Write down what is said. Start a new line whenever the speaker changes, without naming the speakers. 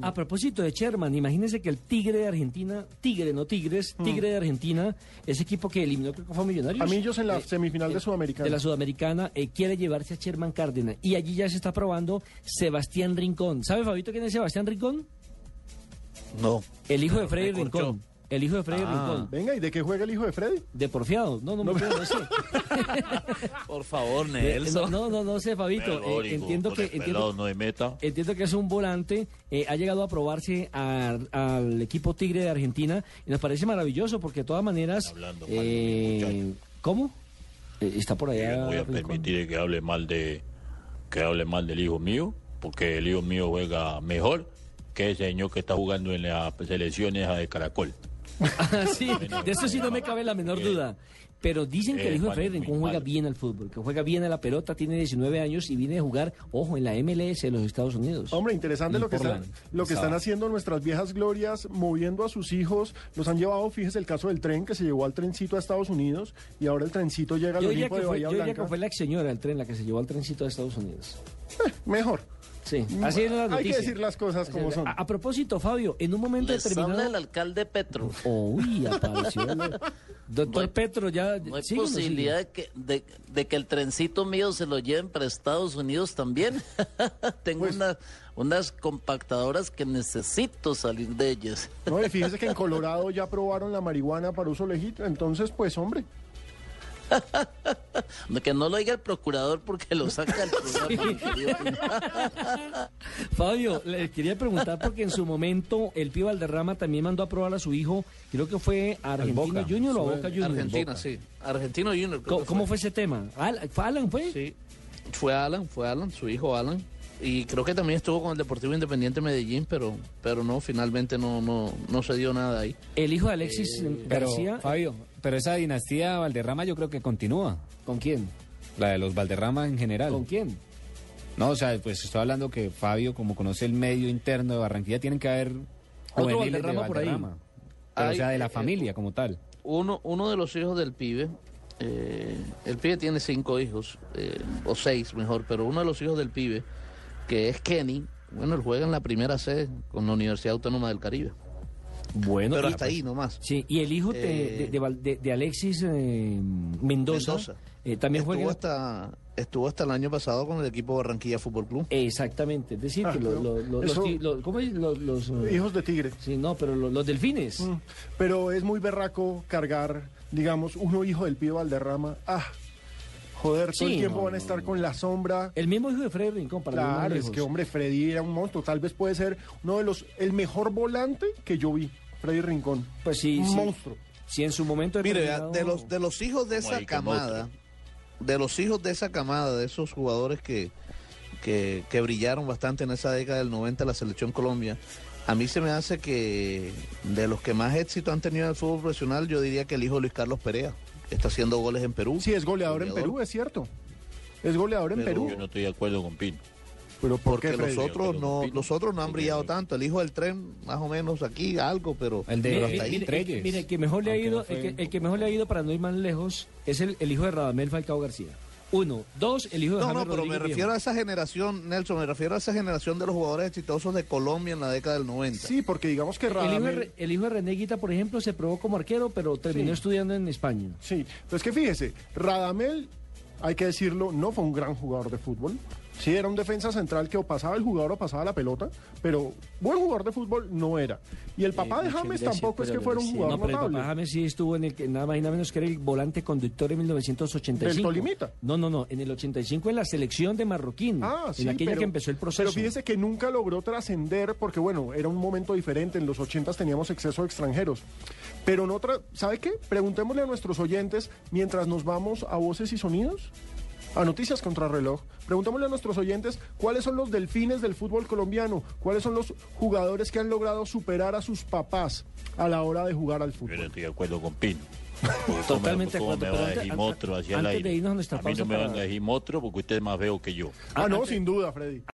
A propósito de Sherman, imagínense que el Tigre de Argentina, Tigre, no Tigres, Tigre de Argentina, ese equipo que eliminó, creo que fue a Millonarios.
Mm. A Millos en la
eh,
semifinal de Sudamericana.
de la Sudamericana, eh, quiere llevarse a Sherman Cárdenas. Y allí ya se está probando Sebastián Rincón. ¿Sabe, Fabito, quién es Sebastián Rincón?
No.
El hijo de Freddy
me corchó.
Rincón. El hijo de Freddy
Ah.
Rincón.
Venga, ¿y de qué juega el hijo de Freddy?
De porfiado. No, no, me acuerdo, no sé.
Por favor,
Eh,
Nelson.
no, no, no, no sé, Fabito. Eh, entiendo que... Entiendo,
no de meta.
Entiendo que es un volante, eh, ha llegado a probarse a- al equipo Tigre de Argentina y nos parece maravilloso porque de todas maneras...
Hablando mal de
eh,
mi muchacho.
¿Cómo? Eh, está por
Yo
allá.
no voy a
Rincón.
permitir que hable mal de que hable mal del hijo mío, porque el hijo mío juega mejor que ese señor que está jugando en las selecciones de Caracol.
Ah, sí, de eso sí no me cabe la menor
Eh,
duda. Pero dicen que el
eh,
hijo de
Juan,
Freddy
muy
Rincón juega
malo.
bien al fútbol, que juega bien a la pelota, tiene 19 años y viene a jugar, ojo, en la MLS de los Estados Unidos.
Hombre, interesante
En
lo que, están,
Portland.
lo que están
Estaba.
haciendo nuestras viejas glorias, moviendo a sus hijos. Los han llevado, fíjese el caso del tren que se llevó al trencito a Estados Unidos y ahora el trencito llega al
Yo diría,
Olimpo
que
de
fue,
Bahía
yo diría que
Blanca.
fue la ex señora del tren la que se llevó al trencito de Estados Unidos.
Mejor.
Sí, así es la noticia.
Mm,
Ah,
Hay que decir las cosas como son.
A, a propósito, Fabio, en un momento
Les habla el
determinado...
alcalde Petro.
Uy, apareció. el-
No
Doctor
hay-
Petro, ya...
No hay
¿sigue o no sigue?
posibilidad de que, de, de que el trencito mío se lo lleven para Estados Unidos también. Tengo
Pues-
una- unas compactadoras que necesito salir de ellas.
No, y fíjese que en Colorado ya probaron la marihuana para uso legítimo. Entonces, pues, hombre,
Que no lo diga el procurador porque lo saca del programa. querido.
Fabio, le quería preguntar porque en su momento el Pío Valderrama también mandó a probar a su hijo, creo que fue a Argentino
Boca.
Junior o a Boca Junior.
Argentina,
Boca.
sí. Argentino Junior. creo
¿Cómo,
que
cómo fue ese tema? Al- ¿Fue Alan, fue?
Sí. Fue Alan, fue Alan, su hijo Alan. Y creo que también estuvo con el Deportivo Independiente Medellín, pero, pero no, finalmente no, no, no se dio nada ahí.
El hijo de Alexis
Eh,
Pero,
García. eh,
Fabio, pero esa dinastía Valderrama yo creo que continúa.
¿Con quién?
La de los Valderrama en general.
¿Con quién?
No, o sea, pues estoy hablando que Fabio, como conoce el medio interno de Barranquilla, tienen que haber juveniles de
Valderrama por ahí.
Valderrama. Pero, o
Hay,
sea, de
eh,
la familia como tal.
Uno, uno de los hijos del pibe, eh, el pibe tiene cinco hijos, eh, o seis mejor, pero uno de los hijos del pibe, que es Kenny, bueno, él juega en la primera sede con la Universidad Autónoma del Caribe.
Bueno,
pero
y-
hasta ahí nomás.
Sí, y el hijo de,
Eh,
de- de Val- de- de Alexis eh, Mendoza,
Mendoza.
eh, también
estuvo,
juega.
hasta, estuvo hasta el año pasado con el equipo Barranquilla Fútbol Club.
Exactamente, es decir,
Ah,
que lo-
pero
lo- lo- los,
eso-
ti- lo- ¿cómo es? Los- los, eh,
hijos de tigre.
Sí, no, pero lo- los delfines.
Mm, Pero es muy berraco cargar, digamos, uno hijo del pibe Valderrama. Ah, joder, todo
Sí,
el tiempo
no,
van a estar con la sombra.
El mismo hijo de Freddy Rincón, para ir más
Claro, es
lejos.
que hombre, Freddy era un monstruo. Tal vez puede ser uno de los, el mejor volante que yo vi, Freddy Rincón.
Pues sí,
un
sí.
monstruo.
Si en su momento
Mire, vea,
determinado-
de los, de los hijos de
Como
esa
ahí con otro.
camada, de los hijos de esa camada, de esos jugadores que, que, que brillaron bastante en esa década del 90 la selección Colombia, a mí se me hace que de los que más éxito han tenido en el fútbol profesional, yo diría que el hijo de Luis Carlos Perea está haciendo goles en Perú.
Sí, es goleador en Perú, es cierto. Es goleador en
Pero-
Perú.
Yo no estoy de acuerdo con Pino.
Pero ¿por
Porque
qué,
los
Freddy?
otros,
Pero
no,
Pino-
los otros no han
Sí,
brillado
sí.
tanto. El hijo del tren, más o menos aquí, algo, pero.
El de
pero
Mire, mire,
hasta ahí.
eh, mire,
Treyes.
mire, el que mejor le ha
Aunque
ido,
no fue-
el, que, el que mejor le ha ido para no ir más lejos es el, el hijo de Radamel Falcao García. Uno, dos, el hijo de
No,
James
no, pero me
Rodríguez
refiero a
Viejo.
esa generación, Nelson, me refiero a esa generación de los jugadores exitosos de Colombia en la década del 90.
Sí, porque digamos que
El hijo, de,
Radamel...
Re- el hijo de René Guita, por ejemplo, se probó como arquero, pero terminó
Sí.
estudiando en España.
Sí, pero es que fíjese, Radamel, hay que decirlo, no fue un gran jugador de fútbol. Sí, era un defensa central que o pasaba el jugador o pasaba la pelota, pero buen jugador de fútbol no era. Y el papá de James tampoco es que fuera un
No,
jugador
pero el
notable.
papá James sí estuvo en el que nada más y nada menos que era el volante conductor en 1985.
¿Del Tolimita?
No, no, no, en el 85 en la selección de Marroquín,
Ah, sí,
Mm. en aquella
pero-
que empezó el proceso.
Pero fíjese que nunca logró trascender porque, bueno, era un momento diferente. En los 80 teníamos exceso de extranjeros. Pero no tra- ¿sabe qué? Preguntémosle a nuestros oyentes mientras nos vamos a Voces y Sonidos, a Noticias contra Reloj. Preguntémosle a nuestros oyentes cuáles son los delfines del fútbol colombiano, cuáles son los jugadores que han logrado superar a sus papás a la hora de jugar al
Yo
fútbol.
no estoy de acuerdo con Pino.
Totalmente de
¿Cómo
acuerdo, pero
Me va a
antes-
decir
antes-
monstruo hacia el
antes de
aire.
irnos a nuestra
a mí
pausa
no me van
para-
a decir monstruo porque usted es más veo que yo.
Ah, no,
antes-
sin duda, Freddy.